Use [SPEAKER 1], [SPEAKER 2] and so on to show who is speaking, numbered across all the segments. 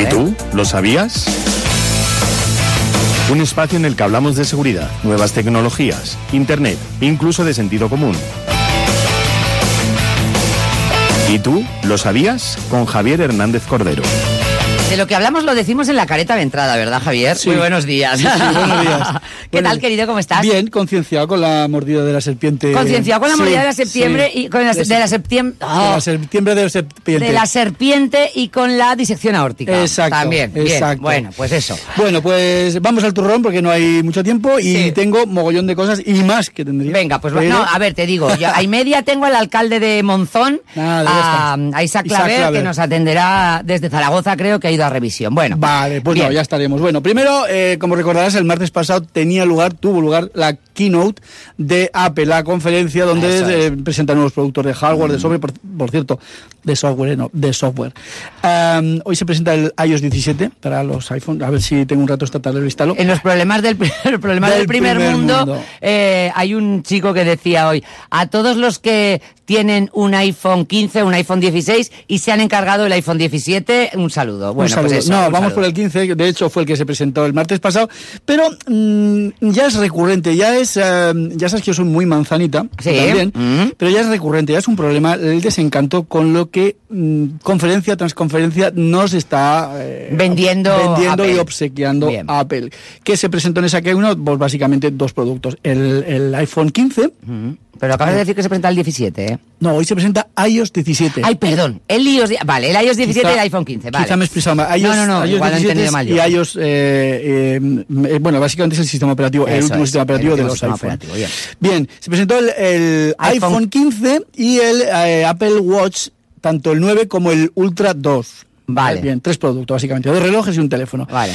[SPEAKER 1] ¿Y tú? ¿Lo sabías? Un espacio en el que hablamos de seguridad, nuevas tecnologías, Internet, incluso de sentido común. ¿Y tú? ¿Lo sabías? Con Javier Hernández Cordero.
[SPEAKER 2] De lo que hablamos lo decimos en la careta de entrada, ¿verdad, Javier?
[SPEAKER 3] Sí.
[SPEAKER 2] Muy buenos días.
[SPEAKER 3] Sí, sí, buenos días.
[SPEAKER 2] ¿Qué
[SPEAKER 3] Buenos
[SPEAKER 2] tal,
[SPEAKER 3] días.
[SPEAKER 2] querido? ¿Cómo estás?
[SPEAKER 3] Bien, concienciado con la mordida de la serpiente.
[SPEAKER 2] Concienciado con la
[SPEAKER 3] Sí,
[SPEAKER 2] mordida de la septiembre
[SPEAKER 3] sí.
[SPEAKER 2] y con la,
[SPEAKER 3] De
[SPEAKER 2] de la
[SPEAKER 3] se-
[SPEAKER 2] septiembre.
[SPEAKER 3] de
[SPEAKER 2] ¡Oh!
[SPEAKER 3] la septiembre de la serpiente.
[SPEAKER 2] de la serpiente y con la disección aórtica.
[SPEAKER 3] Exacto,
[SPEAKER 2] También. bien.
[SPEAKER 3] exacto.
[SPEAKER 2] Bueno, pues eso.
[SPEAKER 3] Bueno, pues vamos al turrón porque no hay mucho tiempo y
[SPEAKER 2] Sí.
[SPEAKER 3] tengo mogollón de cosas y más que tendría.
[SPEAKER 2] Venga, pues
[SPEAKER 3] Pero-
[SPEAKER 2] no, a ver, te digo, yo a y media tengo al alcalde de Monzón,
[SPEAKER 3] Nada, ya
[SPEAKER 2] a,
[SPEAKER 3] está.
[SPEAKER 2] a Isaac
[SPEAKER 3] Isaac
[SPEAKER 2] Claver,
[SPEAKER 3] Claver.
[SPEAKER 2] que nos atenderá desde Zaragoza, creo que ha ido a revisión. Bueno,
[SPEAKER 3] Vale, pues no,
[SPEAKER 2] bien.
[SPEAKER 3] ya estaremos. Bueno, primero, eh, como recordarás, el martes pasado tenía lugar, tuvo lugar la keynote de Apple, la conferencia donde
[SPEAKER 2] Eso es. Mm.
[SPEAKER 3] eh, presentan nuevos productos de hardware, de software, por, por cierto, de software, eh, no, de software. Am, hoy se presenta el iOS 17 para los iPhone, a ver si tengo un rato esta tarde lo instalo.
[SPEAKER 2] En los problemas del, pri- el problema del,
[SPEAKER 3] Del
[SPEAKER 2] primer,
[SPEAKER 3] primer
[SPEAKER 2] mundo,
[SPEAKER 3] mundo.
[SPEAKER 2] eh, hay un chico que decía hoy, a todos los que tienen un iPhone 15, un iPhone 16 y se han encargado el iPhone 17, un saludo.
[SPEAKER 3] Un
[SPEAKER 2] Bueno,
[SPEAKER 3] saludo.
[SPEAKER 2] pues eso,
[SPEAKER 3] no,
[SPEAKER 2] un saludo.
[SPEAKER 3] vamos por el 15, que de hecho fue el que se presentó el martes pasado, pero mm, ya es recurrente, ya es, eh, ya sabes que yo soy muy manzanita
[SPEAKER 2] Sí.
[SPEAKER 3] también,
[SPEAKER 2] Mm.
[SPEAKER 3] pero ya es recurrente, ya es un problema el desencanto con lo que mm, conferencia tras conferencia nos está eh,
[SPEAKER 2] Vendiendo
[SPEAKER 3] vendiendo y
[SPEAKER 2] Apple.
[SPEAKER 3] obsequiando
[SPEAKER 2] Bien.
[SPEAKER 3] a Apple. que se presentó en esa Keynote? Pues básicamente dos productos, el, el iPhone 15,
[SPEAKER 2] Mm. Pero acabas de decir que se presenta el 17, ¿eh?
[SPEAKER 3] no, hoy se presenta iOS 17.
[SPEAKER 2] Ay, perdón, el iOS... di- Vale, el iOS 17 y el iPhone 15, vale.
[SPEAKER 3] Quizá me he expresado mal.
[SPEAKER 2] no,
[SPEAKER 3] iOS-
[SPEAKER 2] no, no,
[SPEAKER 3] iOS
[SPEAKER 2] igual lo he
[SPEAKER 3] 17
[SPEAKER 2] entendido mal yo.
[SPEAKER 3] Y iOS, eh, eh, eh, bueno, básicamente es el sistema operativo, el
[SPEAKER 2] Eso
[SPEAKER 3] último
[SPEAKER 2] es,
[SPEAKER 3] sistema operativo
[SPEAKER 2] el
[SPEAKER 3] de
[SPEAKER 2] último
[SPEAKER 3] los
[SPEAKER 2] sistema
[SPEAKER 3] iPhone.
[SPEAKER 2] operativo, bien.
[SPEAKER 3] se presentó el, el
[SPEAKER 2] iPhone.
[SPEAKER 3] iPhone. 15 y el eh, Apple Watch, tanto el 9 como el Ultra 2.
[SPEAKER 2] Vale.
[SPEAKER 3] Bien, tres productos, básicamente, dos relojes y un teléfono.
[SPEAKER 2] Vale.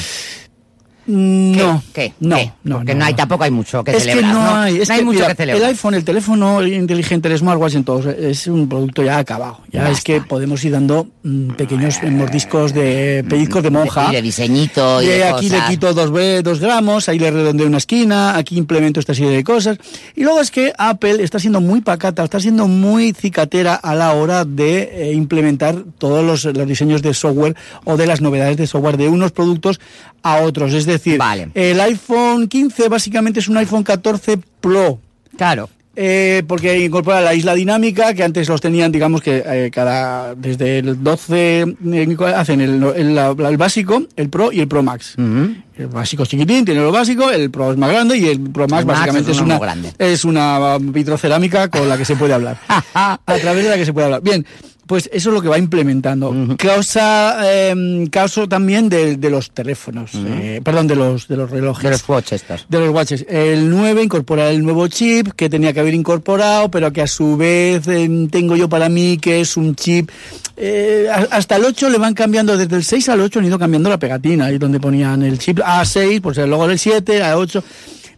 [SPEAKER 2] ¿Qué?
[SPEAKER 3] No.
[SPEAKER 2] ¿Qué?
[SPEAKER 3] No,
[SPEAKER 2] ¿Qué?
[SPEAKER 3] no,
[SPEAKER 2] Porque no, hay, tampoco hay mucho que
[SPEAKER 3] es
[SPEAKER 2] celebrar.
[SPEAKER 3] que no, hay, es que,
[SPEAKER 2] mucho
[SPEAKER 3] mira,
[SPEAKER 2] que celebrar.
[SPEAKER 3] El iPhone, el teléfono inteligente, el smartwatch, en todos, es un producto ya acabado. Ya,
[SPEAKER 2] Ya
[SPEAKER 3] es que
[SPEAKER 2] está.
[SPEAKER 3] podemos ir dando mm, pequeños mordiscos de pellizcos de monja.
[SPEAKER 2] Y Mm, de diseñito y
[SPEAKER 3] De
[SPEAKER 2] de,
[SPEAKER 3] aquí
[SPEAKER 2] cosas.
[SPEAKER 3] le quito dos, ve- dos gramos, ahí le redondeo una esquina, aquí implemento esta serie de cosas. Y luego es que Apple está siendo muy pacata, está siendo muy cicatera a la hora de eh, implementar todos los, los diseños de software o de las novedades de software de unos productos a otros. Es decir,
[SPEAKER 2] Vale.
[SPEAKER 3] el iPhone 15 básicamente es un iPhone 14 Pro.
[SPEAKER 2] Claro.
[SPEAKER 3] Eh, porque incorpora la isla dinámica, que antes los tenían, digamos que eh, cada desde el 12 eh, hacen el, el- la- el básico, el Pro y el Pro Max. El básico es chiquitín, tiene lo básico, el Pro es más grande y el Pro Max
[SPEAKER 2] El Max
[SPEAKER 3] básicamente
[SPEAKER 2] es
[SPEAKER 3] es,
[SPEAKER 2] uno
[SPEAKER 3] una,
[SPEAKER 2] muy grande.
[SPEAKER 3] es una ah, vitrocerámica con la que se puede hablar. a través de la que se puede hablar. Bien, pues eso es lo que va implementando. Causa eh, caso también de, de los teléfonos, eh, perdón, de los, de los relojes.
[SPEAKER 2] De los Watch estos.
[SPEAKER 3] De los watches. El 9 incorpora el nuevo chip que tenía que haber incorporado, pero que a su vez eh, tengo yo para mí que es un chip. eh, a- hasta el 8 le van cambiando, desde el 6 al 8 han ido cambiando la pegatina, ahí donde ponían el chip A6, pues luego el 7, A8.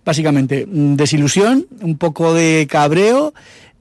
[SPEAKER 3] Básicamente, mm, desilusión, un poco de cabreo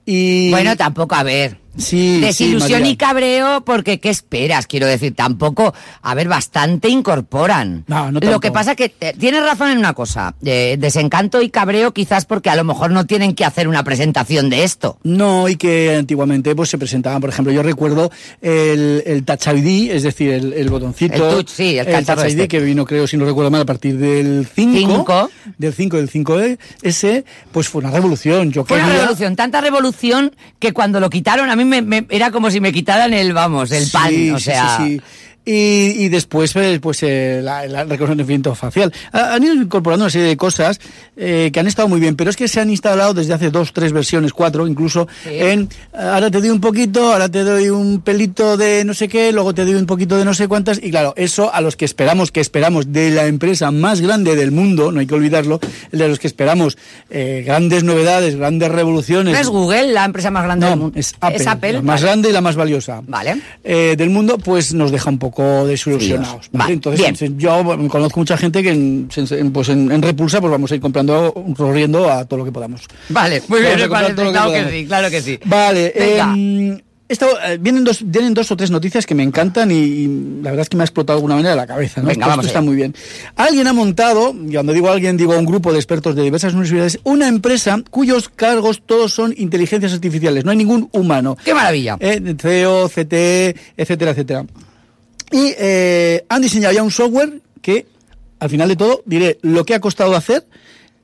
[SPEAKER 3] y.
[SPEAKER 2] Bueno, tampoco, a ver.
[SPEAKER 3] Sí,
[SPEAKER 2] Desilusión
[SPEAKER 3] sí,
[SPEAKER 2] y cabreo, porque ¿qué esperas? Quiero decir, tampoco, a ver, bastante incorporan.
[SPEAKER 3] No, no
[SPEAKER 2] Lo
[SPEAKER 3] tanto.
[SPEAKER 2] que pasa que eh, tienes razón en una cosa. eh, desencanto y cabreo quizás porque a lo mejor no tienen que hacer una presentación de esto.
[SPEAKER 3] No, y que antiguamente pues se presentaban, por ejemplo, yo recuerdo el, el Touch ID, es decir, el, el botoncito.
[SPEAKER 2] El touch, sí, el
[SPEAKER 3] Touch
[SPEAKER 2] cacharro
[SPEAKER 3] ID
[SPEAKER 2] este.
[SPEAKER 3] que vino, creo, si no recuerdo mal, a partir del 5.
[SPEAKER 2] Cinco.
[SPEAKER 3] Del 5, del 5E. Ese, pues fue una revolución. Yo
[SPEAKER 2] Fue una
[SPEAKER 3] quería-
[SPEAKER 2] revolución, tanta revolución que cuando lo quitaron a mí me, me- era como si me quitaran el, vamos, el
[SPEAKER 3] Sí,
[SPEAKER 2] pan, o
[SPEAKER 3] sí,
[SPEAKER 2] sea...
[SPEAKER 3] sí, sí. Y, y después, eh, pues, eh, la- el reconocimiento facial. Ha- Han ido incorporando una serie de cosas eh, que han estado muy bien, pero es que se han instalado desde hace dos, tres versiones, cuatro incluso,
[SPEAKER 2] Sí.
[SPEAKER 3] en eh, ahora te doy un poquito, ahora te doy un pelito de no sé qué, luego te doy un poquito de no sé cuántas. Y claro, eso a los que esperamos, que esperamos de la empresa más grande del mundo, no hay que olvidarlo, de los que esperamos eh, grandes novedades, grandes revoluciones.
[SPEAKER 2] No es Google la empresa más grande del
[SPEAKER 3] No,
[SPEAKER 2] mundo.
[SPEAKER 3] es Apple,
[SPEAKER 2] Es Apple.
[SPEAKER 3] la más
[SPEAKER 2] vale.
[SPEAKER 3] grande y la más valiosa
[SPEAKER 2] Vale.
[SPEAKER 3] eh, del mundo, pues nos deja un poco desilusionados.
[SPEAKER 2] Fríos. Vale,
[SPEAKER 3] Entonces,
[SPEAKER 2] bien.
[SPEAKER 3] se- yo bueno, conozco mucha gente que en, se- se- pues en, en repulsa, pues vamos a ir comprando, corriendo a todo lo que podamos.
[SPEAKER 2] Vale, muy
[SPEAKER 3] Vamos
[SPEAKER 2] bien,
[SPEAKER 3] a
[SPEAKER 2] me
[SPEAKER 3] contar
[SPEAKER 2] parece,
[SPEAKER 3] todo lo que
[SPEAKER 2] claro que
[SPEAKER 3] podamos.
[SPEAKER 2] sí, claro que sí.
[SPEAKER 3] Vale,
[SPEAKER 2] Venga.
[SPEAKER 3] em, esto, eh, vienen, dos, vienen dos o tres noticias que me encantan y, y la verdad es que me ha explotado de alguna manera la cabeza. ¿no?
[SPEAKER 2] Venga,
[SPEAKER 3] esto,
[SPEAKER 2] vamos
[SPEAKER 3] esto está
[SPEAKER 2] allá.
[SPEAKER 3] muy bien. Alguien ha montado, y cuando digo alguien, digo un grupo de expertos de diversas universidades, una empresa cuyos cargos todos son inteligencias artificiales, no hay ningún humano.
[SPEAKER 2] ¡Qué maravilla!
[SPEAKER 3] Eh, CEO, CTE, etcétera, etcétera. Y eh, han diseñado ya un software que, al final de todo, diré lo que ha costado hacer.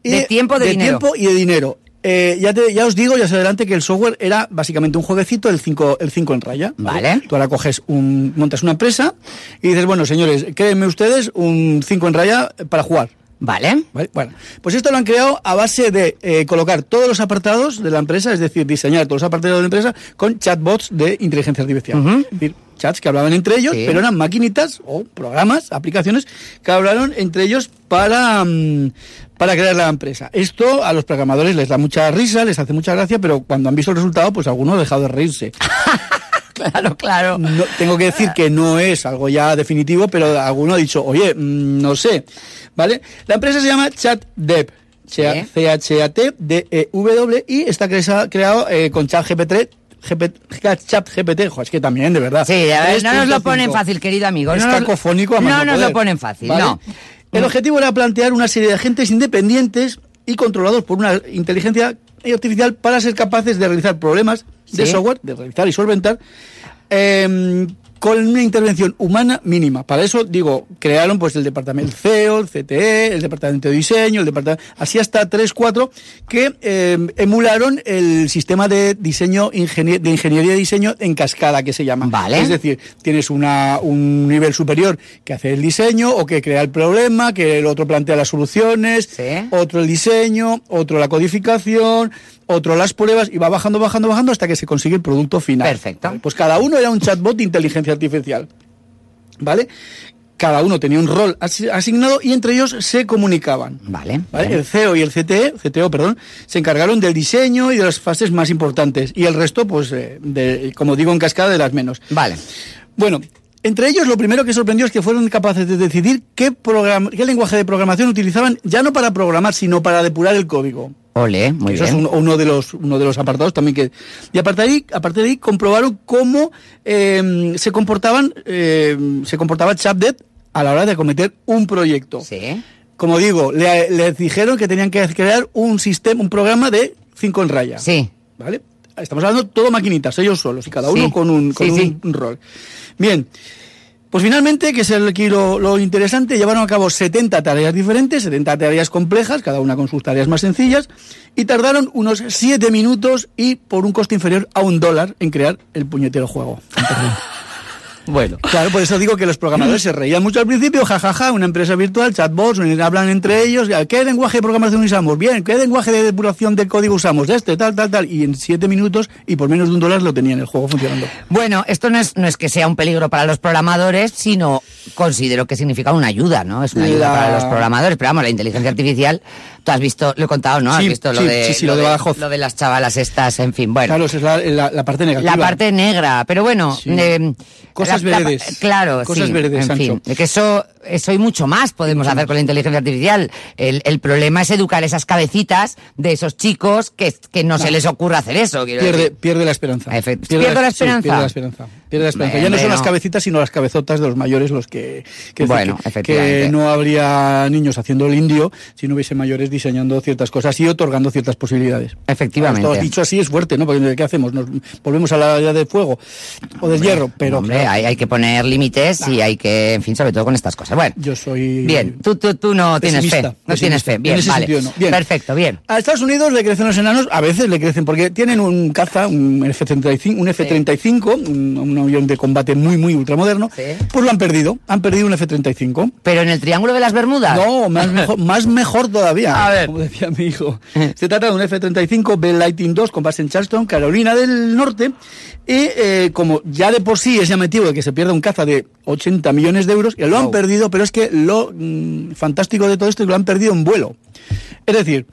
[SPEAKER 3] y-
[SPEAKER 2] De tiempo, de dinero.
[SPEAKER 3] tiempo y de dinero. Eh, ya, te- ya os digo, ya os adelante, que el software era básicamente un jueguecito, el 5 el cinco en raya.
[SPEAKER 2] Vale.
[SPEAKER 3] Tú ahora coges un, montas una empresa y dices, bueno, señores, créenme ustedes un 5 en raya para jugar.
[SPEAKER 2] Vale.
[SPEAKER 3] ¿Vale? Bueno, pues esto lo han creado a base de eh, colocar todos los apartados de la empresa, es decir, diseñar todos los apartados de la empresa con chatbots de inteligencia artificial.
[SPEAKER 2] Ujú.
[SPEAKER 3] Es decir, chats que hablaban entre ellos,
[SPEAKER 2] Sí.
[SPEAKER 3] pero eran maquinitas o programas, aplicaciones que hablaron entre ellos para, mm, para crear la empresa. Esto a los programadores les da mucha risa, les hace mucha gracia, pero cuando han visto el resultado, pues alguno ha dejado de reírse.
[SPEAKER 2] Claro, claro.
[SPEAKER 3] No, tengo que decir que no es algo ya definitivo, pero alguno ha dicho, oye, mm, no sé, ¿vale? La empresa se llama ChatDev,
[SPEAKER 2] Sí.
[SPEAKER 3] C-H-A-T-D-E-W, E y está cresa- creado eh, con ChatGPT, GPT, ChatGPT, jo, es que también, de verdad.
[SPEAKER 2] Sí, a ver, no nos lo
[SPEAKER 3] 3.5.
[SPEAKER 2] ponen fácil, querido amigo.
[SPEAKER 3] Es
[SPEAKER 2] no nos-
[SPEAKER 3] cacofónico a más
[SPEAKER 2] No
[SPEAKER 3] no
[SPEAKER 2] nos
[SPEAKER 3] poder,
[SPEAKER 2] lo ponen fácil,
[SPEAKER 3] ¿vale?
[SPEAKER 2] no.
[SPEAKER 3] El objetivo era plantear una serie de agentes independientes y controlados por una inteligencia artificial para ser capaces de realizar problemas de
[SPEAKER 2] Sí.
[SPEAKER 3] software, de realizar y solventar, eh, con una intervención humana mínima. Para eso, digo, crearon pues el departamento el CEO, el CTE, el departamento de diseño, el departamento, así hasta 3, 4, que eh, emularon el sistema de diseño, ingenie- de ingeniería de diseño en cascada, que se llama.
[SPEAKER 2] Vale.
[SPEAKER 3] Es decir, decir, tienes una, un nivel superior que hace el diseño o que crea el problema, que el otro plantea las soluciones,
[SPEAKER 2] Sí.
[SPEAKER 3] otro el diseño, otro la codificación, otro las pruebas y va bajando, bajando, bajando hasta que se consigue el producto final.
[SPEAKER 2] Perfecto.
[SPEAKER 3] Vale, Pues cada uno era un chatbot de inteligencia artificial. ¿Vale? Cada uno tenía un rol asi- asignado y entre ellos se comunicaban.
[SPEAKER 2] Vale.
[SPEAKER 3] ¿Vale?
[SPEAKER 2] bien.
[SPEAKER 3] El CEO y el E, CTE, CTO, perdón, se encargaron del diseño y de las fases más importantes. Y el resto, pues, eh, de- como digo en cascada, de las menos.
[SPEAKER 2] Vale.
[SPEAKER 3] Bueno, entre ellos lo primero que sorprendió es que fueron capaces de decidir qué, programa- qué lenguaje de programación utilizaban, ya no para programar, sino para depurar el código.
[SPEAKER 2] Ole, muy
[SPEAKER 3] Eso
[SPEAKER 2] bien.
[SPEAKER 3] es uno, uno de los, uno de los apartados también que... Y aparte de ahí, aparte de ahí comprobaron cómo eh, se comportaban, eh, se comportaba ChatDev a la hora de acometer un proyecto.
[SPEAKER 2] Sí.
[SPEAKER 3] Como digo, le- les dijeron que tenían que crear un sistema, un programa de 5 en raya.
[SPEAKER 2] Sí.
[SPEAKER 3] ¿Vale? Estamos hablando todo maquinitas, ellos solos, y cada
[SPEAKER 2] Sí,
[SPEAKER 3] uno con un, con
[SPEAKER 2] sí,
[SPEAKER 3] un-
[SPEAKER 2] sí.
[SPEAKER 3] un rol. Bien, pues finalmente, que es el- aquí lo, lo interesante, llevaron a cabo 70 tareas diferentes, 70 tareas complejas, cada una con sus tareas más sencillas, y tardaron unos 7 minutos y por un coste inferior a un dólar en crear el puñetero juego.
[SPEAKER 2] Bueno.
[SPEAKER 3] Claro, por eso digo que los programadores se reían mucho al principio, jajaja, una empresa virtual, chatbots, un- hablan entre ellos, "Ah, ¿qué lenguaje de programación usamos? Bien, ¿qué lenguaje de depuración del código usamos? Este, tal, tal, tal. Y en siete minutos y por menos de un dólar lo tenían el juego funcionando.
[SPEAKER 2] Bueno, esto no es, no es que sea un peligro para los programadores, sino considero que significa una ayuda, ¿no? Es una ayuda
[SPEAKER 3] La-
[SPEAKER 2] para los programadores. Pero vamos, la inteligencia artificial, tú has visto, lo he contado, ¿no? has
[SPEAKER 3] Sí,
[SPEAKER 2] visto lo
[SPEAKER 3] sí,
[SPEAKER 2] de,
[SPEAKER 3] sí, sí, lo de Badajoz.
[SPEAKER 2] lo de las chavalas estas, en fin, bueno.
[SPEAKER 3] Claro, esa es la, la- la parte negativa.
[SPEAKER 2] La parte negra, pero bueno,
[SPEAKER 3] Sí.
[SPEAKER 2] eh,
[SPEAKER 3] Cosas
[SPEAKER 2] la- la-
[SPEAKER 3] verdes.
[SPEAKER 2] claro,
[SPEAKER 3] Cosas
[SPEAKER 2] sí,
[SPEAKER 3] verdes,
[SPEAKER 2] en
[SPEAKER 3] Sancho.
[SPEAKER 2] fin, de que eso, eso y mucho más podemos hacer con la inteligencia artificial. El, el problema es educar esas cabecitas de esos chicos que, que no, se les ocurra hacer eso. quiero
[SPEAKER 3] Pierde,
[SPEAKER 2] decir.
[SPEAKER 3] pierde la esperanza.
[SPEAKER 2] Efect- ¿Pierdo la
[SPEAKER 3] sí, pierde la esperanza. Pierde la esperanza. ya no son
[SPEAKER 2] Bueno.
[SPEAKER 3] las cabecitas, sino las cabezotas de los mayores los que... que decir
[SPEAKER 2] Bueno,
[SPEAKER 3] que-
[SPEAKER 2] efectivamente.
[SPEAKER 3] que no habría niños haciendo el indio si no hubiese mayores diseñando ciertas cosas y otorgando ciertas posibilidades.
[SPEAKER 2] Efectivamente.
[SPEAKER 3] Esto dicho así es fuerte, ¿no? Porque ¿qué hacemos? ¿Nos volvemos a la edad del fuego o del hierro? Pero
[SPEAKER 2] Hombre,
[SPEAKER 3] claro,
[SPEAKER 2] hay, hay que poner límites y hay que, en fin, sobre todo con estas cosas. Bueno,
[SPEAKER 3] yo soy...
[SPEAKER 2] bien, tú, tú, tú no tienes fe,
[SPEAKER 3] pesimista,
[SPEAKER 2] no tienes
[SPEAKER 3] pesimista.
[SPEAKER 2] fe,
[SPEAKER 3] En
[SPEAKER 2] bien,
[SPEAKER 3] ese
[SPEAKER 2] vale,
[SPEAKER 3] sentido no. Bien.
[SPEAKER 2] perfecto, bien.
[SPEAKER 3] A Estados Unidos le crecen los enanos, a veces le crecen, porque tienen un caza, un F-35, un F-35, un, un avión de combate muy, muy ultramoderno,
[SPEAKER 2] Sí.
[SPEAKER 3] pues lo han perdido, han perdido un F-35.
[SPEAKER 2] Pero en el Triángulo de las Bermudas,
[SPEAKER 3] No, más mejor, más mejor todavía.
[SPEAKER 2] Ah. A ver.
[SPEAKER 3] Como decía mi hijo. Se trata de un F-35 Bell Lightning II con base en Charleston, Carolina del Norte. Y eh, como ya de por sí es llamativo de que se pierda un caza de 80 millones de euros, y lo han
[SPEAKER 2] Wow.
[SPEAKER 3] perdido, pero es que lo mm, fantástico de todo esto es que lo han perdido en vuelo. Es decir,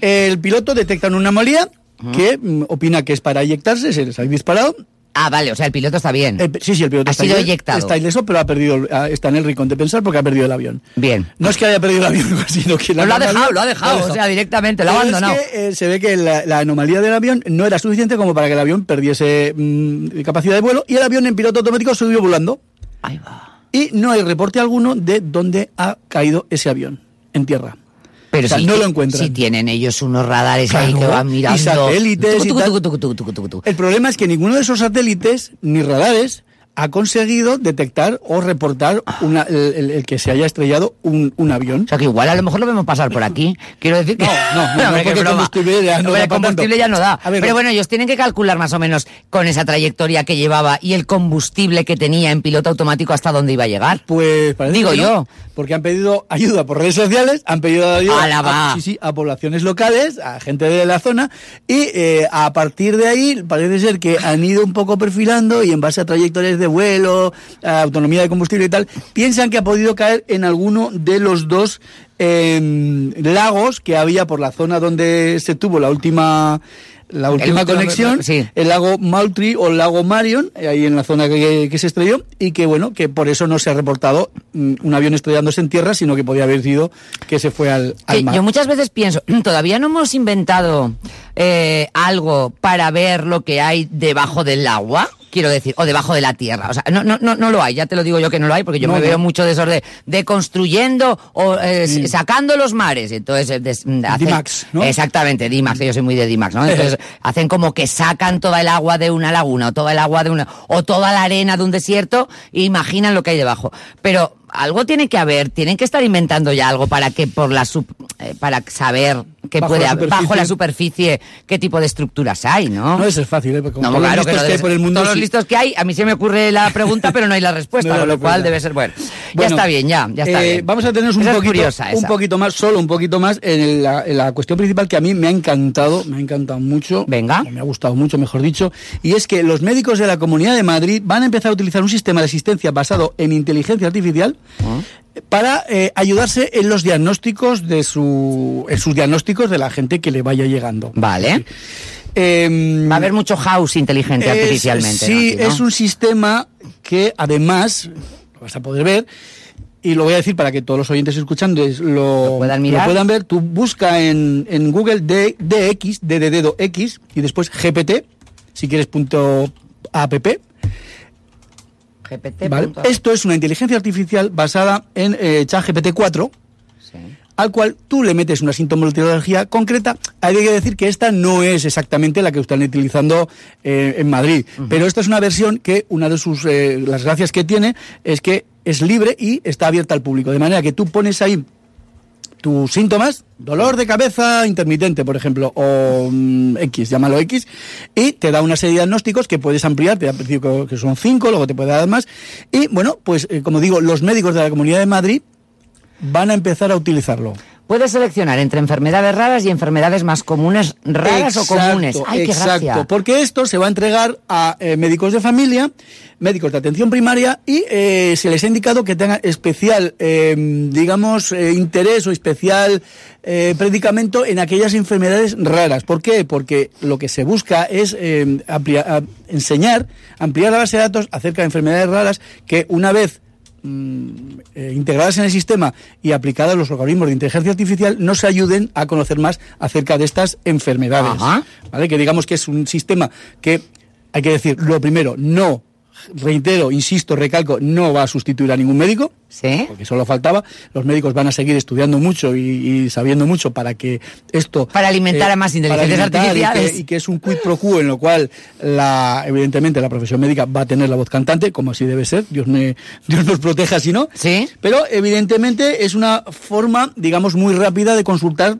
[SPEAKER 3] el piloto detecta una anomalía que mm, opina que es para eyectarse, se les ha disparado.
[SPEAKER 2] ah, vale, o sea, el piloto está bien,
[SPEAKER 3] El- sí, sí, el piloto
[SPEAKER 2] Ha
[SPEAKER 3] está
[SPEAKER 2] sido
[SPEAKER 3] ileso-
[SPEAKER 2] eyectado.
[SPEAKER 3] Está ileso, pero ha perdido, el- ah, está en el rincón de pensar porque ha perdido el avión.
[SPEAKER 2] bien.
[SPEAKER 3] No es que haya perdido el avión, sino que
[SPEAKER 2] No,
[SPEAKER 3] la
[SPEAKER 2] lo ha
[SPEAKER 3] anomalía-
[SPEAKER 2] dejado, lo ha dejado, o sea, directamente, lo ha
[SPEAKER 3] Pero es
[SPEAKER 2] abandonado.
[SPEAKER 3] que, eh, se ve que la, la anomalía del avión no era suficiente como para que el avión perdiese mm, capacidad de vuelo y el avión en piloto automático subió volando
[SPEAKER 2] Ahí va.
[SPEAKER 3] y no hay reporte alguno de dónde ha caído ese avión en tierra.
[SPEAKER 2] Pero
[SPEAKER 3] O sea,
[SPEAKER 2] si,
[SPEAKER 3] no lo encuentran.
[SPEAKER 2] Si tienen ellos unos radares ahí que
[SPEAKER 3] Claro,
[SPEAKER 2] van
[SPEAKER 3] y
[SPEAKER 2] mirando.
[SPEAKER 3] satélites
[SPEAKER 2] Tucu,
[SPEAKER 3] y
[SPEAKER 2] tucu,
[SPEAKER 3] tal.
[SPEAKER 2] tucu, tucu, tucu, tucu, tucu.
[SPEAKER 3] El problema es que ninguno de esos satélites ni radares ha conseguido detectar o reportar una- el, el- el que se haya estrellado un, un avión.
[SPEAKER 2] O sea que igual a lo mejor lo vemos pasar por aquí. Quiero decir que.
[SPEAKER 3] No, no, no,
[SPEAKER 2] Hombre,
[SPEAKER 3] no,
[SPEAKER 2] qué
[SPEAKER 3] porque el
[SPEAKER 2] broma.
[SPEAKER 3] combustible ya no
[SPEAKER 2] Hombre, el
[SPEAKER 3] da pa' tanto.
[SPEAKER 2] combustible ya no da.
[SPEAKER 3] A ver,
[SPEAKER 2] Pero
[SPEAKER 3] no.
[SPEAKER 2] bueno, ellos tienen que calcular más o menos con esa trayectoria que llevaba y el combustible que tenía en piloto automático hasta dónde iba a llegar.
[SPEAKER 3] Pues parece
[SPEAKER 2] Digo
[SPEAKER 3] que no,
[SPEAKER 2] yo.
[SPEAKER 3] porque han pedido ayuda por redes sociales, han pedido ayuda
[SPEAKER 2] ¡Hala, va!
[SPEAKER 3] a, sí, sí, a poblaciones locales, a gente de la zona, y eh, a partir de ahí parece ser que han ido un poco perfilando y en base a trayectorias de vuelo, a autonomía de combustible y tal, piensan que ha podido caer en alguno de los dos em, lagos que había por la zona donde se tuvo la última... La última
[SPEAKER 2] último-
[SPEAKER 3] conexión,
[SPEAKER 2] sí.
[SPEAKER 3] el lago Moultrie o el lago Marion, eh, ahí en la zona que, que se estrelló, y que bueno, que por eso no se ha reportado mm, un avión estrellándose en tierra, sino que podía haber sido que se fue al, al
[SPEAKER 2] Que
[SPEAKER 3] mar.
[SPEAKER 2] yo muchas veces pienso, "Mm, todavía no hemos inventado eh, algo para ver lo que hay debajo del agua, quiero decir, o debajo de la tierra. O sea, no, no, no, no lo hay, ya te lo digo yo que no lo hay, porque yo
[SPEAKER 3] No,
[SPEAKER 2] me
[SPEAKER 3] no. Mm.
[SPEAKER 2] veo mucho de esos de, de construyendo o eh, sacando los mares. Entonces, eh, des- mm, hacen-
[SPEAKER 3] D-Max, ¿no?
[SPEAKER 2] Exactamente, Dimax, que yo soy muy de Dimax, ¿no? Entonces, hacen como que sacan toda el agua de una laguna, o toda el agua de una, o toda la arena de un desierto, e imaginan lo que hay debajo. Pero algo tiene que haber, tienen que estar inventando ya algo para que por la sup- eh, para saber que
[SPEAKER 3] Bajo
[SPEAKER 2] puede
[SPEAKER 3] la
[SPEAKER 2] haber bajo la
[SPEAKER 3] superficie.
[SPEAKER 2] superficie qué tipo de estructuras hay, ¿no?
[SPEAKER 3] No, eso es fácil, ¿eh? Porque con
[SPEAKER 2] No,
[SPEAKER 3] todos los
[SPEAKER 2] claro que
[SPEAKER 3] listos
[SPEAKER 2] no
[SPEAKER 3] que hay
[SPEAKER 2] debe
[SPEAKER 3] por el
[SPEAKER 2] ser.
[SPEAKER 3] mundo,
[SPEAKER 2] Todos los
[SPEAKER 3] sí.
[SPEAKER 2] listos que hay, a mí se me ocurre la pregunta, pero no hay la respuesta,
[SPEAKER 3] No hay la
[SPEAKER 2] con lo cual
[SPEAKER 3] respuesta.
[SPEAKER 2] debe ser bueno. ya
[SPEAKER 3] Bueno,
[SPEAKER 2] está bien, ya, ya está
[SPEAKER 3] eh,
[SPEAKER 2] bien.
[SPEAKER 3] Vamos a tener un
[SPEAKER 2] Esa es
[SPEAKER 3] poquito,
[SPEAKER 2] curiosa,
[SPEAKER 3] un
[SPEAKER 2] esa.
[SPEAKER 3] poquito más, solo un poquito más, en la, en la cuestión principal que a mí me ha encantado, me ha encantado mucho.
[SPEAKER 2] Venga.
[SPEAKER 3] o Me ha gustado mucho, mejor dicho. Y es que los médicos de la Comunidad de Madrid van a empezar a utilizar un sistema de asistencia basado en inteligencia artificial
[SPEAKER 2] Ah.
[SPEAKER 3] para eh, ayudarse en los diagnósticos de su, en sus diagnósticos de la gente que le vaya llegando.
[SPEAKER 2] Vale.
[SPEAKER 3] Em,
[SPEAKER 2] Va a haber mucho house inteligente
[SPEAKER 3] es-
[SPEAKER 2] artificialmente. ¿no?
[SPEAKER 3] Sí,
[SPEAKER 2] Aquí, ¿no?
[SPEAKER 3] es un sistema que además, lo vas a poder ver, y lo voy a decir para que todos los oyentes escuchando es- lo,
[SPEAKER 2] Lo puedan mirar.
[SPEAKER 3] puedan ver. Tú busca en, en Google D- DX, D de dedo X, y después GPT, si quieres, punto app.
[SPEAKER 2] GPT.
[SPEAKER 3] ¿vale?
[SPEAKER 2] punto-
[SPEAKER 3] Esto es una inteligencia artificial basada en eh, ChatGPT 4,
[SPEAKER 2] Sí.
[SPEAKER 3] al cual tú le metes una sintomatología concreta. Hay que decir que esta no es exactamente la que están utilizando eh, en Madrid, pero esta es una versión que una de sus eh, las gracias que tiene es que es libre y está abierta al público, de manera que tú pones ahí tus síntomas, dolor de cabeza intermitente, por ejemplo, o mm, X, llámalo X, y te da una serie de diagnósticos que puedes ampliar, te da al principio que son cinco, luego te puede dar más, y bueno, pues eh, como digo, los médicos de la Comunidad de Madrid van a empezar a utilizarlo.
[SPEAKER 2] Puedes seleccionar entre enfermedades raras y enfermedades más comunes, raras o
[SPEAKER 3] Exacto,
[SPEAKER 2] comunes. Ay, qué
[SPEAKER 3] exacto,
[SPEAKER 2] gracia.
[SPEAKER 3] porque esto se va a entregar a eh, médicos de familia, médicos de atención primaria y eh, se les ha indicado que tengan especial, eh, digamos, eh, interés o especial eh, predicamento en aquellas enfermedades raras. ¿Por qué? Porque lo que se busca es eh, amplia- a- enseñar, ampliar la base de datos acerca de enfermedades raras que una vez eh, integradas en el sistema y aplicadas a los organismos de inteligencia artificial nos ayuden a conocer más acerca de estas enfermedades.
[SPEAKER 2] Ajá.
[SPEAKER 3] ¿Vale? Que digamos que es un sistema que, hay que decir, lo primero, no, reitero, insisto, recalco, no va a sustituir a ningún médico.
[SPEAKER 2] ¿Sí?
[SPEAKER 3] Porque solo faltaba, los médicos van a seguir estudiando mucho y, y sabiendo mucho para que esto... eh,
[SPEAKER 2] Para alimentar a más
[SPEAKER 3] para
[SPEAKER 2] inteligencias
[SPEAKER 3] alimentar y que-
[SPEAKER 2] artificiales.
[SPEAKER 3] Y que, es un quid pro quo en lo cual, la, evidentemente, la profesión médica va a tener la voz cantante, como así debe ser, Dios, me- Dios nos proteja si no.
[SPEAKER 2] Sí.
[SPEAKER 3] Pero evidentemente es una forma, digamos, muy rápida de consultar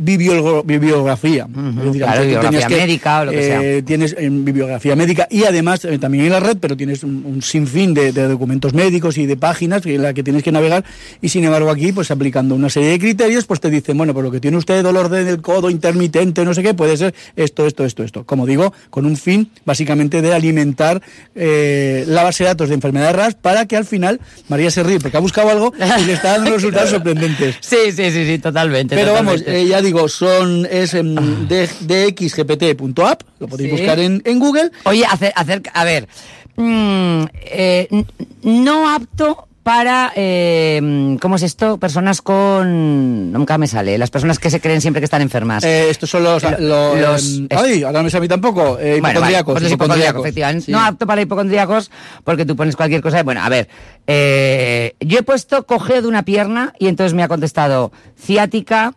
[SPEAKER 3] bibliog- bibliografía. Es decir,
[SPEAKER 2] claro,
[SPEAKER 3] antes tú
[SPEAKER 2] bibliografía
[SPEAKER 3] tenías eh,
[SPEAKER 2] médica o lo que sea.
[SPEAKER 3] Tienes en bibliografía médica y además eh, también en la red, pero tienes un, un sinfín de, de documentos médicos y de páginas en la que tienes que navegar. Y sin embargo aquí, pues aplicando una serie de criterios, pues te dicen, bueno, pues lo que tiene usted dolor de- del codo intermitente, no sé qué, puede ser esto, esto, esto, esto. Como digo, con un fin básicamente de alimentar eh, la base de datos de enfermedades raras para que al final María se ríe porque ha buscado algo y le está dando resultados sorprendentes.
[SPEAKER 2] Sí, sí, sí, sí, totalmente.
[SPEAKER 3] Pero vamos,
[SPEAKER 2] totalmente.
[SPEAKER 3] eh, ya digo, son es em, D- dxgpt.app, lo podéis
[SPEAKER 2] Sí.
[SPEAKER 3] buscar en, en Google.
[SPEAKER 2] eh, Oye, acer- acerca- a ver, mm, eh, n- no apto para, eh, mm, ¿cómo es esto? Personas con, nunca me sale, las personas que se creen siempre que están enfermas.
[SPEAKER 3] Eh, estos son los...
[SPEAKER 2] Lo-
[SPEAKER 3] los,
[SPEAKER 2] los-
[SPEAKER 3] em, ay, ahora no me sé a mí tampoco. Eh,
[SPEAKER 2] Bueno, vale,
[SPEAKER 3] hipocondríacos,
[SPEAKER 2] pues los hipocondríacos,
[SPEAKER 3] hipocondríacos.
[SPEAKER 2] efectivamente.
[SPEAKER 3] Sí.
[SPEAKER 2] No apto para hipocondríacos porque tú pones cualquier cosa. y, Bueno, a ver, eh, yo he puesto coge de una pierna y entonces me ha contestado ciática,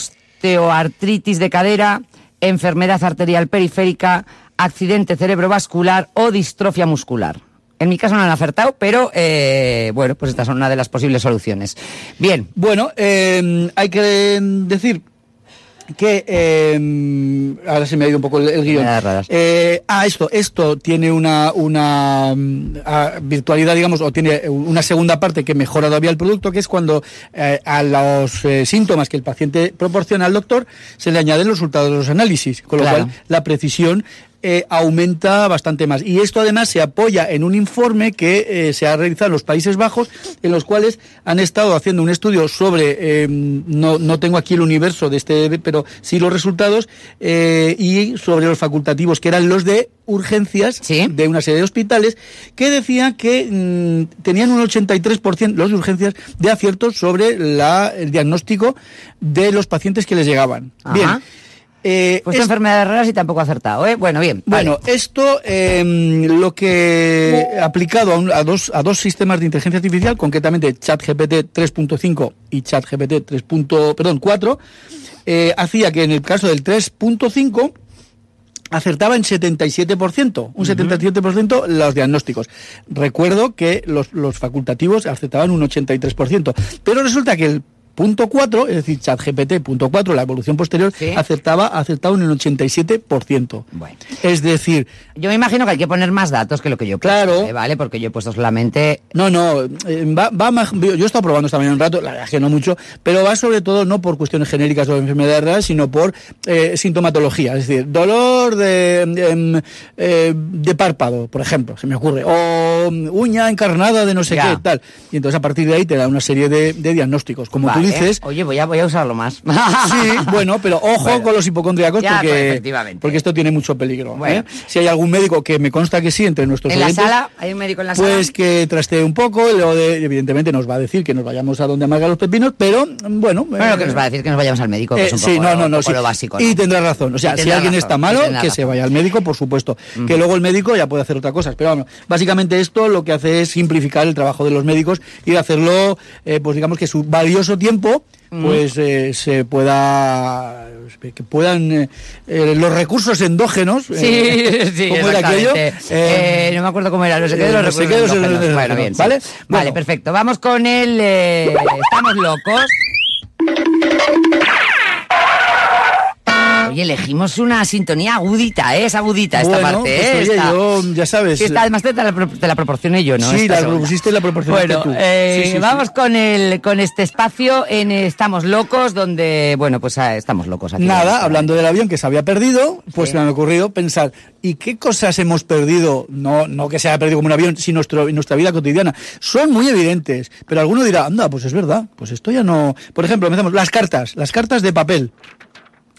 [SPEAKER 2] osteoartritis de cadera, enfermedad arterial periférica, accidente cerebrovascular o distrofia muscular. En mi caso no han acertado, pero eh, bueno, pues estas son una de las posibles soluciones. Bien,
[SPEAKER 3] Bueno, eh, hay que eh, decir que eh, ahora se me ha ido un poco el, el guión.
[SPEAKER 2] Me da raras.
[SPEAKER 3] Eh, ah, esto, esto tiene una, una mm, ah, virtualidad, digamos, o tiene una segunda parte que mejora todavía el producto, que es cuando eh, a los eh, síntomas que el paciente proporciona al doctor se le añaden los resultados de los análisis, con lo
[SPEAKER 2] Claro.
[SPEAKER 3] cual la precisión eh, aumenta bastante más. Y esto además se apoya en un informe que eh, se ha realizado en los Países Bajos, en los cuales han estado haciendo un estudio sobre, eh, no, no tengo aquí el universo de este, pero sí los resultados, eh, y sobre los facultativos, que eran los de urgencias
[SPEAKER 2] Sí.
[SPEAKER 3] de una serie de hospitales, que decían que mm, tenían un 83% los de urgencias de aciertos sobre la, el diagnóstico de los pacientes que les llegaban.
[SPEAKER 2] Ajá.
[SPEAKER 3] Bien. Eh,
[SPEAKER 2] pues
[SPEAKER 3] es-
[SPEAKER 2] enfermedades raras y tampoco ha acertado, ¿eh? Bueno, bien. vale.
[SPEAKER 3] bueno, esto eh, lo que aplicado a, un- a dos, a dos sistemas de inteligencia artificial, concretamente ChatGPT 3.5 y ChatGPT 3. punto- perdón, 4, eh, hacía que en el caso del 3.5 acertaba en 77%, un 77% los diagnósticos. Recuerdo que los, los facultativos acertaban un 83%, pero resulta que el punto 4, es decir, ChatGPT punto 4, la evolución posterior,
[SPEAKER 2] Sí.
[SPEAKER 3] acertaba acertaba en un 87%.
[SPEAKER 2] Bueno.
[SPEAKER 3] Es decir,
[SPEAKER 2] Yo me imagino que hay que poner más datos que lo que yo he puesto,
[SPEAKER 3] Claro.
[SPEAKER 2] ¿eh? ¿vale? Porque yo he puesto solamente...
[SPEAKER 3] no, no, eh, va, va más- yo he estado probando esta mañana un rato, la verdad es que no mucho, pero va sobre todo no por cuestiones genéricas o enfermedades raras, sino por eh, sintomatología, es decir, dolor de, em, eh, de párpado, por ejemplo, se me ocurre, o mm, uña encarnada de no sé
[SPEAKER 2] Ya.
[SPEAKER 3] qué, tal. Y entonces a partir de ahí te da una serie de, de diagnósticos. Como
[SPEAKER 2] Vale.
[SPEAKER 3] tú dices,
[SPEAKER 2] Oye, voy a, voy a usarlo más.
[SPEAKER 3] Sí, bueno, pero ojo
[SPEAKER 2] Bueno.
[SPEAKER 3] con los hipocondriacos
[SPEAKER 2] Ya, pues,
[SPEAKER 3] porque,
[SPEAKER 2] efectivamente.
[SPEAKER 3] porque esto tiene mucho peligro.
[SPEAKER 2] Bueno.
[SPEAKER 3] ¿eh? Si hay algún médico que me consta que sí, entre nuestros
[SPEAKER 2] en la
[SPEAKER 3] oyentes,
[SPEAKER 2] sala, hay un médico en la sala.
[SPEAKER 3] pues que trastee un poco, y luego de- evidentemente nos va a decir que nos vayamos a donde amarga los pepinos, pero bueno.
[SPEAKER 2] Bueno,
[SPEAKER 3] eh,
[SPEAKER 2] que nos va a decir que nos vayamos al médico, que
[SPEAKER 3] eh,
[SPEAKER 2] es un
[SPEAKER 3] sí,
[SPEAKER 2] poco,
[SPEAKER 3] no, no,
[SPEAKER 2] un
[SPEAKER 3] no,
[SPEAKER 2] poco
[SPEAKER 3] sí.
[SPEAKER 2] lo básico. ¿no?
[SPEAKER 3] Y tendrá razón. O
[SPEAKER 2] Y
[SPEAKER 3] sea, si
[SPEAKER 2] tendrá
[SPEAKER 3] alguien
[SPEAKER 2] razón,
[SPEAKER 3] está
[SPEAKER 2] y
[SPEAKER 3] malo,
[SPEAKER 2] tendrá
[SPEAKER 3] que
[SPEAKER 2] razón.
[SPEAKER 3] se vaya al médico, por supuesto. Que luego el médico ya puede hacer otras cosas. Pero bueno, básicamente esto lo que hace es simplificar el trabajo de los médicos y hacerlo, eh, pues digamos que su valioso tiempo, pues eh, se pueda que puedan eh, eh, los recursos endógenos
[SPEAKER 2] Sí,
[SPEAKER 3] eh,
[SPEAKER 2] sí,
[SPEAKER 3] ¿cómo era aquello?
[SPEAKER 2] exactamente.
[SPEAKER 3] Eh,
[SPEAKER 2] Eh, no me acuerdo cómo era, no sé qué de los
[SPEAKER 3] eh, no sé
[SPEAKER 2] recursos
[SPEAKER 3] qué de los
[SPEAKER 2] endógenos.
[SPEAKER 3] recursos
[SPEAKER 2] Bueno, bien,
[SPEAKER 3] endógenos,
[SPEAKER 2] ¿vale?
[SPEAKER 3] ¿vale?
[SPEAKER 2] Vale,
[SPEAKER 3] Bueno.
[SPEAKER 2] perfecto. Vamos con el... eh, Estamos locos. Oye, elegimos una sintonía agudita, ¿eh? Es agudita esta
[SPEAKER 3] Bueno,
[SPEAKER 2] parte,
[SPEAKER 3] pues,
[SPEAKER 2] ¿eh?
[SPEAKER 3] oye,
[SPEAKER 2] Esta-
[SPEAKER 3] yo, ya sabes. eh,
[SPEAKER 2] Sí, esta, además te la, pro- te la proporcioné yo, ¿no?
[SPEAKER 3] Sí,
[SPEAKER 2] Esta
[SPEAKER 3] la
[SPEAKER 2] segunda.
[SPEAKER 3] propusiste y la proporcionaste
[SPEAKER 2] bueno,
[SPEAKER 3] tú.
[SPEAKER 2] eh,
[SPEAKER 3] Sí, sí, sí.
[SPEAKER 2] vamos con el con este espacio en Estamos Locos, donde, bueno, pues ah, estamos locos aquí.
[SPEAKER 3] Nada, hablando del avión que se había perdido, pues
[SPEAKER 2] Sí.
[SPEAKER 3] se me ha ocurrido pensar, ¿y qué cosas hemos perdido? No, no que se haya perdido como un avión, sino nuestro, en nuestra vida cotidiana. Son muy evidentes, pero alguno dirá, anda, pues es verdad, pues esto ya no... Por ejemplo, empezamos, las cartas, las cartas de papel.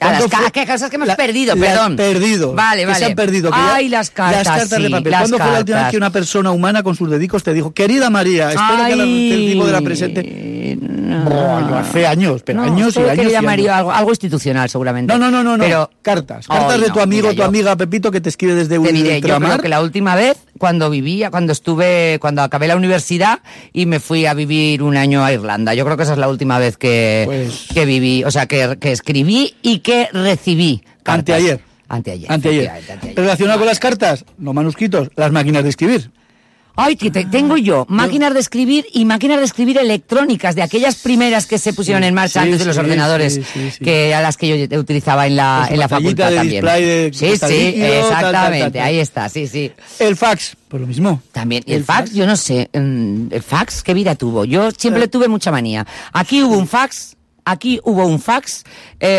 [SPEAKER 2] Ah, las
[SPEAKER 3] ¿Cuándo
[SPEAKER 2] ca-
[SPEAKER 3] fue-
[SPEAKER 2] ¿Qué cosas que hemos
[SPEAKER 3] la-
[SPEAKER 2] perdido?
[SPEAKER 3] las
[SPEAKER 2] Perdón.
[SPEAKER 3] perdido.
[SPEAKER 2] Vale,
[SPEAKER 3] que
[SPEAKER 2] vale.
[SPEAKER 3] se han perdido. que ya-
[SPEAKER 2] Ay, las cartas.
[SPEAKER 3] Las cartas de
[SPEAKER 2] sí,
[SPEAKER 3] papel.
[SPEAKER 2] las
[SPEAKER 3] ¿Cuándo fue la última vez
[SPEAKER 2] cartas?
[SPEAKER 3] que una persona humana con sus dedicos te dijo, querida María, espero que la- el tipo de la presente...
[SPEAKER 2] Ay, no.
[SPEAKER 3] Bueno, hace años, pero
[SPEAKER 2] No,
[SPEAKER 3] años y
[SPEAKER 2] solo
[SPEAKER 3] años.
[SPEAKER 2] quería
[SPEAKER 3] y
[SPEAKER 2] Mario
[SPEAKER 3] años.
[SPEAKER 2] algo, algo institucional, seguramente.
[SPEAKER 3] No, no, no, no, no.
[SPEAKER 2] Pero
[SPEAKER 3] cartas.
[SPEAKER 2] Ay,
[SPEAKER 3] Cartas de
[SPEAKER 2] no,
[SPEAKER 3] tu amigo,
[SPEAKER 2] mira,
[SPEAKER 3] tu
[SPEAKER 2] yo-
[SPEAKER 3] amiga Pepito que te escribe desde
[SPEAKER 2] Te diré, yo creo
[SPEAKER 3] ultramar.
[SPEAKER 2] que la última vez, cuando vivía, cuando estuve, cuando acabé la universidad y me fui a vivir un año a Irlanda. Yo creo que esa es la última vez que,
[SPEAKER 3] Pues-
[SPEAKER 2] que viví, o sea, que, que escribí y que recibí. cartas.
[SPEAKER 3] Anteayer.
[SPEAKER 2] Anteayer.
[SPEAKER 3] Anteayer.
[SPEAKER 2] efectivamente, anteayer.
[SPEAKER 3] Relacionado con las cartas, los manuscritos, las máquinas de escribir.
[SPEAKER 2] Ay, que te- tengo yo máquinas de escribir y máquinas de escribir electrónicas, de aquellas primeras que se pusieron en marcha
[SPEAKER 3] sí,
[SPEAKER 2] antes de los
[SPEAKER 3] sí,
[SPEAKER 2] ordenadores,
[SPEAKER 3] sí, sí, sí.
[SPEAKER 2] que a las que yo utilizaba en la,
[SPEAKER 3] Pues
[SPEAKER 2] en la
[SPEAKER 3] pantallita
[SPEAKER 2] facultad
[SPEAKER 3] de
[SPEAKER 2] también.
[SPEAKER 3] display de
[SPEAKER 2] sí,
[SPEAKER 3] cristal
[SPEAKER 2] sí,
[SPEAKER 3] líquido, tal, tal, tal,
[SPEAKER 2] exactamente,
[SPEAKER 3] tal.
[SPEAKER 2] ahí está, sí, sí.
[SPEAKER 3] El fax, pues lo mismo.
[SPEAKER 2] También, y el, fax, yo no sé, mm, el fax, ¿qué vida tuvo? Yo siempre tuve mucha manía. Aquí hubo un fax, aquí hubo un fax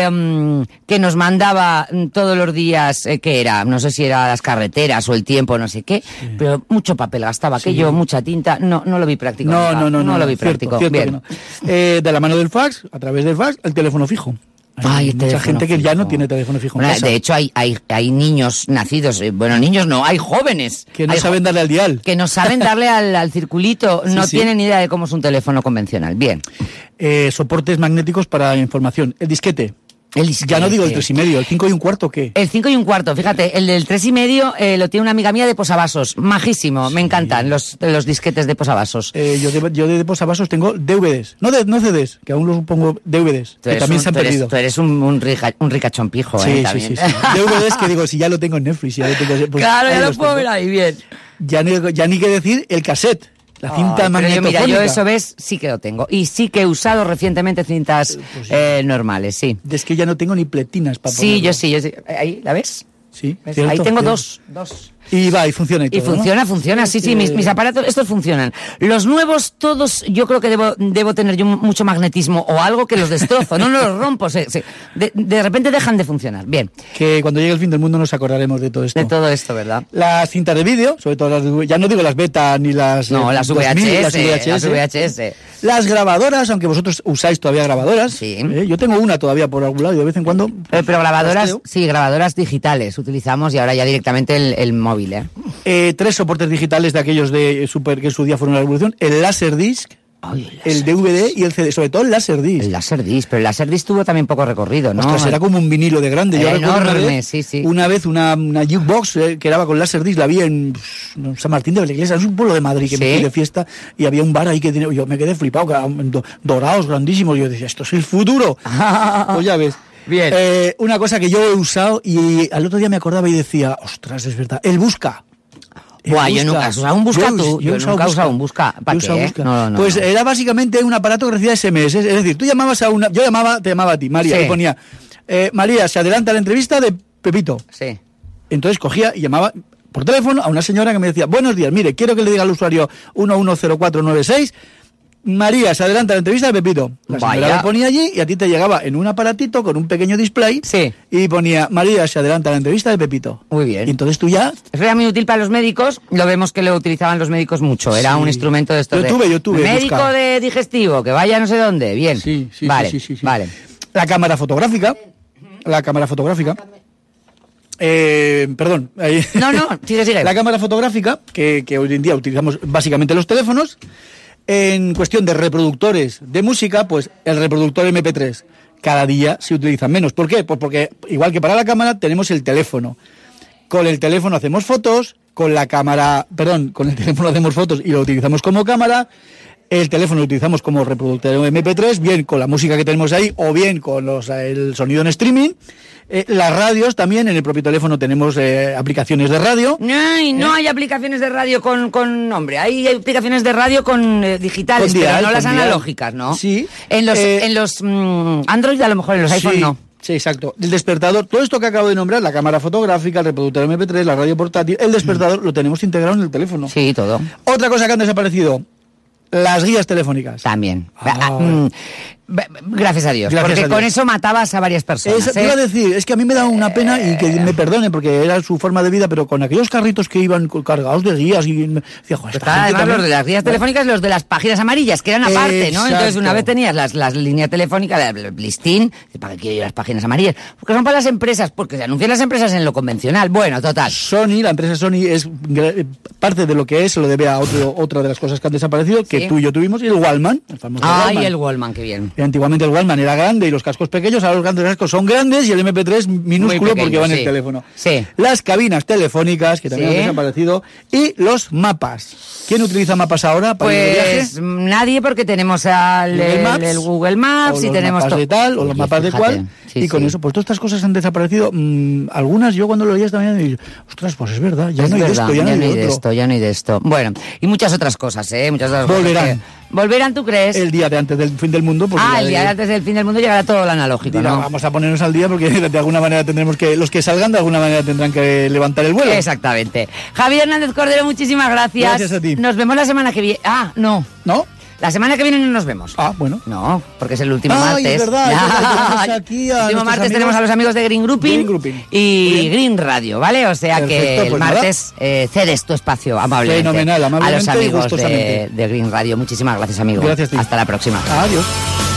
[SPEAKER 2] em, que nos mandaba mm, todos los días, eh, que era, no sé si era las carreteras o el tiempo, no sé qué, pero mucho papel gastaba aquello, mucha tinta, no, no lo vi práctico.
[SPEAKER 3] No,
[SPEAKER 2] nunca,
[SPEAKER 3] no, no, no.
[SPEAKER 2] lo vi
[SPEAKER 3] cierto,
[SPEAKER 2] práctico.
[SPEAKER 3] cierto
[SPEAKER 2] Bien.
[SPEAKER 3] que no. Eh, de la mano del fax, a través del fax, el teléfono fijo.
[SPEAKER 2] Ay, el
[SPEAKER 3] mucha
[SPEAKER 2] teléfono
[SPEAKER 3] gente que ya
[SPEAKER 2] fijo.
[SPEAKER 3] no tiene teléfono fijo. en
[SPEAKER 2] Bueno,
[SPEAKER 3] casa,
[SPEAKER 2] de hecho, hay, hay, hay niños nacidos, eh, bueno, niños no, hay jóvenes.
[SPEAKER 3] que no
[SPEAKER 2] hay
[SPEAKER 3] saben darle al dial.
[SPEAKER 2] que no saben darle al, al circulito,
[SPEAKER 3] Sí,
[SPEAKER 2] no
[SPEAKER 3] sí.
[SPEAKER 2] tienen idea de cómo es un teléfono convencional. Bien.
[SPEAKER 3] Eh, soportes magnéticos para información. El disquete.
[SPEAKER 2] El
[SPEAKER 3] Ya no digo el
[SPEAKER 2] disquete.
[SPEAKER 3] tres y medio, el cinco y un cuarto, ¿qué?
[SPEAKER 2] Eh, El 5 y un cuarto, fíjate, el del 3 y medio eh, lo tiene una amiga mía de posavasos, majísimo, me encantan los, los disquetes de posavasos.
[SPEAKER 3] Eh, yo, de, yo de posavasos tengo DVDs. No, de, no CDs, que aún los pongo DVDs,
[SPEAKER 2] Tú
[SPEAKER 3] que
[SPEAKER 2] eres
[SPEAKER 3] también
[SPEAKER 2] un-
[SPEAKER 3] se han
[SPEAKER 2] tú eres-
[SPEAKER 3] perdido.
[SPEAKER 2] Tú eres un, un, rica- un ricachón pijo, ¿eh?
[SPEAKER 3] Sí, sí,
[SPEAKER 2] También.
[SPEAKER 3] sí, sí. DVDs que digo, si ya lo tengo en Netflix, ya lo tengo... pues,
[SPEAKER 2] claro,
[SPEAKER 3] ahí
[SPEAKER 2] ya lo
[SPEAKER 3] los
[SPEAKER 2] puedo
[SPEAKER 3] tengo.
[SPEAKER 2] ver ahí bien.
[SPEAKER 3] Ya ni, ya ni que decir el cassette. La cinta
[SPEAKER 2] Ay, pero yo,
[SPEAKER 3] magnetofónica.
[SPEAKER 2] mira, yo eso ves, sí que lo tengo. Y sí que he usado recientemente cintas
[SPEAKER 3] pues sí.
[SPEAKER 2] eh, normales, sí.
[SPEAKER 3] Es que ya no tengo ni pletinas para
[SPEAKER 2] Sí, yo sí, yo sí. Ahí, ¿la ves?
[SPEAKER 3] Sí,
[SPEAKER 2] ¿Ves?
[SPEAKER 3] cierto,
[SPEAKER 2] Ahí tengo
[SPEAKER 3] cierto.
[SPEAKER 2] dos, dos.
[SPEAKER 3] Y va, y funciona y,
[SPEAKER 2] Y
[SPEAKER 3] todo, ¿no?
[SPEAKER 2] funciona, funciona, sí, sí, mis, mis aparatos, estos funcionan. Los nuevos, todos, yo creo que debo, debo tener yo mucho magnetismo o algo que los destrozo, no, no los rompo, se- se- de, de repente dejan de funcionar. Bien,
[SPEAKER 3] Que cuando llegue el fin del mundo nos acordaremos de todo esto.
[SPEAKER 2] de todo esto, ¿verdad?
[SPEAKER 3] Las cintas de vídeo, sobre todo las de- ya no digo las beta ni las
[SPEAKER 2] No,
[SPEAKER 3] eh,
[SPEAKER 2] las
[SPEAKER 3] 2000,
[SPEAKER 2] VHS,
[SPEAKER 3] las
[SPEAKER 2] las
[SPEAKER 3] VHS.
[SPEAKER 2] VHS.
[SPEAKER 3] Las grabadoras, aunque vosotros usáis todavía grabadoras.
[SPEAKER 2] Sí.
[SPEAKER 3] ¿eh? Yo tengo una todavía por algún lado y de vez en cuando.
[SPEAKER 2] Eh, Pero grabadoras,
[SPEAKER 3] Rastreo.
[SPEAKER 2] sí, grabadoras digitales utilizamos y ahora ya directamente el, el móvil, ¿eh?
[SPEAKER 3] Eh, tres soportes digitales de aquellos de eh, Super que en su día fueron la revolución: el Laserdisc,
[SPEAKER 2] Ay, el
[SPEAKER 3] el DVD y el CD, sobre todo el Laserdisc.
[SPEAKER 2] El Laserdisc, pero el Laserdisc tuvo también poco recorrido, ¿no?
[SPEAKER 3] Ostras, era como un vinilo de grande. Yo
[SPEAKER 2] Era
[SPEAKER 3] recuerdo una
[SPEAKER 2] enorme,
[SPEAKER 3] vez-
[SPEAKER 2] sí, sí.
[SPEAKER 3] Una vez una, una jukebox eh, que era con Laserdisc, la vi en pff, no, San Martín de la Iglesia, es un pueblo de Madrid que me
[SPEAKER 2] Sí.
[SPEAKER 3] fui de fiesta y había un bar ahí que tenía, yo me quedé flipado, que eran do- dorados, grandísimos. Yo decía, esto es el futuro. pues ya ves.
[SPEAKER 2] Bien.
[SPEAKER 3] Eh, una cosa que yo he usado y al otro día me acordaba y decía, ostras, es verdad, el busca. El
[SPEAKER 2] Buah, yo nunca he usado un busca,
[SPEAKER 3] Yo he us-
[SPEAKER 2] tú.
[SPEAKER 3] he
[SPEAKER 2] Yo nunca he usado un busca. ¿Para
[SPEAKER 3] Yo he usado
[SPEAKER 2] qué?
[SPEAKER 3] busca.
[SPEAKER 2] No, no,
[SPEAKER 3] pues
[SPEAKER 2] no.
[SPEAKER 3] era básicamente un aparato que recibía SMS. Es decir, tú llamabas a una. Yo llamaba, te llamaba a ti, María.
[SPEAKER 2] Sí.
[SPEAKER 3] Y ponía, eh, María, se adelanta la entrevista de Pepito.
[SPEAKER 2] Sí.
[SPEAKER 3] Entonces cogía y llamaba por teléfono a una señora que me decía, buenos días, mire, quiero que le diga al usuario 110496. María, se adelanta la entrevista de Pepito. La señora
[SPEAKER 2] Vaya.
[SPEAKER 3] lo ponía allí y a ti te llegaba en un aparatito con un pequeño display
[SPEAKER 2] Sí.
[SPEAKER 3] y ponía, María, se adelanta la entrevista de Pepito.
[SPEAKER 2] Muy bien.
[SPEAKER 3] Y entonces tú ya
[SPEAKER 2] Eso era muy útil para los médicos. Lo vemos que lo utilizaban los médicos mucho. Era
[SPEAKER 3] Sí.
[SPEAKER 2] un instrumento de estos.
[SPEAKER 3] Yo
[SPEAKER 2] de
[SPEAKER 3] tuve, yo tuve,
[SPEAKER 2] Médico
[SPEAKER 3] buscaba.
[SPEAKER 2] de digestivo, que vaya no sé dónde. Bien.
[SPEAKER 3] Sí, sí,
[SPEAKER 2] vale,
[SPEAKER 3] sí, sí, sí, sí.
[SPEAKER 2] Vale.
[SPEAKER 3] La cámara fotográfica. La cámara fotográfica. Eh, perdón. ahí.
[SPEAKER 2] No, no, sigue, sigue.
[SPEAKER 3] La cámara fotográfica, que, que hoy en día utilizamos básicamente los teléfonos. En cuestión de reproductores de música, pues el reproductor MP3 cada día se utiliza menos. ¿Por qué? Pues porque, igual que para la cámara, tenemos el teléfono. Con el teléfono hacemos fotos, con la cámara, perdón, con el teléfono hacemos fotos y lo utilizamos como cámara. El teléfono lo utilizamos como reproductor MP3, bien con la música que tenemos ahí o bien con los, eh, el sonido en streaming. Eh, las radios también, en el propio teléfono tenemos eh, aplicaciones de radio.
[SPEAKER 2] Ay,
[SPEAKER 3] ¿Eh?
[SPEAKER 2] no hay aplicaciones de radio con, con hombre, hay aplicaciones de radio con eh, digitales,
[SPEAKER 3] Con dial,
[SPEAKER 2] pero no las
[SPEAKER 3] con dial.
[SPEAKER 2] analógicas, ¿no?
[SPEAKER 3] Sí.
[SPEAKER 2] En los,
[SPEAKER 3] Eh,
[SPEAKER 2] en los mm, Android a lo mejor, en los iPhone
[SPEAKER 3] sí,
[SPEAKER 2] no.
[SPEAKER 3] Sí, exacto. El despertador, todo esto que acabo de nombrar, la cámara fotográfica, el reproductor MP3, la radio portátil, el despertador lo tenemos integrado en el teléfono.
[SPEAKER 2] Sí, todo.
[SPEAKER 3] Otra cosa que han desaparecido, las guías telefónicas.
[SPEAKER 2] También.
[SPEAKER 3] Ah.
[SPEAKER 2] Ah, mm, b- b- Gracias a Dios.
[SPEAKER 3] Gracias
[SPEAKER 2] porque
[SPEAKER 3] a
[SPEAKER 2] con
[SPEAKER 3] Dios.
[SPEAKER 2] eso matabas a varias personas.
[SPEAKER 3] Esa- te
[SPEAKER 2] ¿eh?
[SPEAKER 3] iba a decir, es que a mí me da una pena y que me perdone porque era su forma de vida, pero con aquellos carritos que iban co- cargados de guías y me decía, "Joder, esta
[SPEAKER 2] Estaban
[SPEAKER 3] gente
[SPEAKER 2] además
[SPEAKER 3] también".
[SPEAKER 2] los de las guías telefónicas, los de las páginas amarillas, que eran aparte, ¿no? Entonces
[SPEAKER 3] Exacto.
[SPEAKER 2] una vez tenías las, las líneas telefónicas, la- el listín, ¿para qué quiero yo las páginas amarillas? Porque son para las empresas, porque se anuncian las empresas en lo convencional. Bueno, total.
[SPEAKER 3] Sony, la empresa Sony es gra- parte de lo que es, se lo debe a otro, otra de las cosas que han desaparecido, que
[SPEAKER 2] Sí.
[SPEAKER 3] tú y yo tuvimos, y el Wallman, el famoso
[SPEAKER 2] Ay,
[SPEAKER 3] Wallman.
[SPEAKER 2] el Wallman, qué bien.
[SPEAKER 3] Y Antiguamente el Wallman era grande y los cascos pequeños, ahora los grandes cascos son grandes y el MP3 minúsculo
[SPEAKER 2] pequeño,
[SPEAKER 3] porque va en el
[SPEAKER 2] sí.
[SPEAKER 3] teléfono.
[SPEAKER 2] Sí.
[SPEAKER 3] Las cabinas telefónicas, que también
[SPEAKER 2] Sí.
[SPEAKER 3] han desaparecido, y los mapas. ¿Quién utiliza mapas ahora para ir de viaje?
[SPEAKER 2] Pues nadie, porque tenemos al,
[SPEAKER 3] Google
[SPEAKER 2] el,
[SPEAKER 3] Maps,
[SPEAKER 2] el Google
[SPEAKER 3] o
[SPEAKER 2] Maps y
[SPEAKER 3] los
[SPEAKER 2] tenemos
[SPEAKER 3] mapas
[SPEAKER 2] todo.
[SPEAKER 3] de tal o los
[SPEAKER 2] Oye,
[SPEAKER 3] mapas de
[SPEAKER 2] fíjate.
[SPEAKER 3] cual
[SPEAKER 2] Sí,
[SPEAKER 3] y con
[SPEAKER 2] sí.
[SPEAKER 3] eso pues todas estas cosas han desaparecido Mm, algunas yo cuando lo leías también digo, ostras pues es verdad ya
[SPEAKER 2] Es
[SPEAKER 3] no hay de
[SPEAKER 2] verdad,
[SPEAKER 3] esto ya, no hay de
[SPEAKER 2] de
[SPEAKER 3] otro
[SPEAKER 2] esto, ya no hay de esto. Bueno, y muchas otras cosas, ¿eh? Muchas otras cosas
[SPEAKER 3] Volverán.
[SPEAKER 2] que- ¿Volverán, tú crees?
[SPEAKER 3] el día de antes del fin del mundo pues
[SPEAKER 2] ah,
[SPEAKER 3] ya
[SPEAKER 2] el
[SPEAKER 3] de-
[SPEAKER 2] día antes del fin del mundo llegará todo lo analógico,
[SPEAKER 3] dirá,
[SPEAKER 2] ¿no?
[SPEAKER 3] vamos a ponernos al día porque de alguna manera tendremos que los que salgan de alguna manera tendrán que levantar el vuelo
[SPEAKER 2] Exactamente. Javier Hernández Cordero, muchísimas gracias.
[SPEAKER 3] Gracias a ti.
[SPEAKER 2] Nos vemos la semana que viene. Ah, no.
[SPEAKER 3] no
[SPEAKER 2] La semana que viene no nos vemos.
[SPEAKER 3] ah bueno
[SPEAKER 2] No, porque es el último
[SPEAKER 3] Ay,
[SPEAKER 2] martes.
[SPEAKER 3] es verdad, es verdad, tenemos aquí
[SPEAKER 2] el
[SPEAKER 3] a
[SPEAKER 2] último
[SPEAKER 3] nuestros
[SPEAKER 2] martes
[SPEAKER 3] amigos-
[SPEAKER 2] tenemos a los amigos de Green Grouping,
[SPEAKER 3] Green Grouping. Muy
[SPEAKER 2] y
[SPEAKER 3] bien.
[SPEAKER 2] Green Radio, ¿vale? O sea que
[SPEAKER 3] Perfecto,
[SPEAKER 2] el
[SPEAKER 3] pues nada.
[SPEAKER 2] martes eh, cedes tu espacio amablemente
[SPEAKER 3] Fenomenal,
[SPEAKER 2] a los
[SPEAKER 3] amablemente y
[SPEAKER 2] amigos de,
[SPEAKER 3] gustosamente.
[SPEAKER 2] de Green Radio. Muchísimas gracias, amigo.
[SPEAKER 3] Gracias a ti.
[SPEAKER 2] Hasta la próxima.
[SPEAKER 3] adiós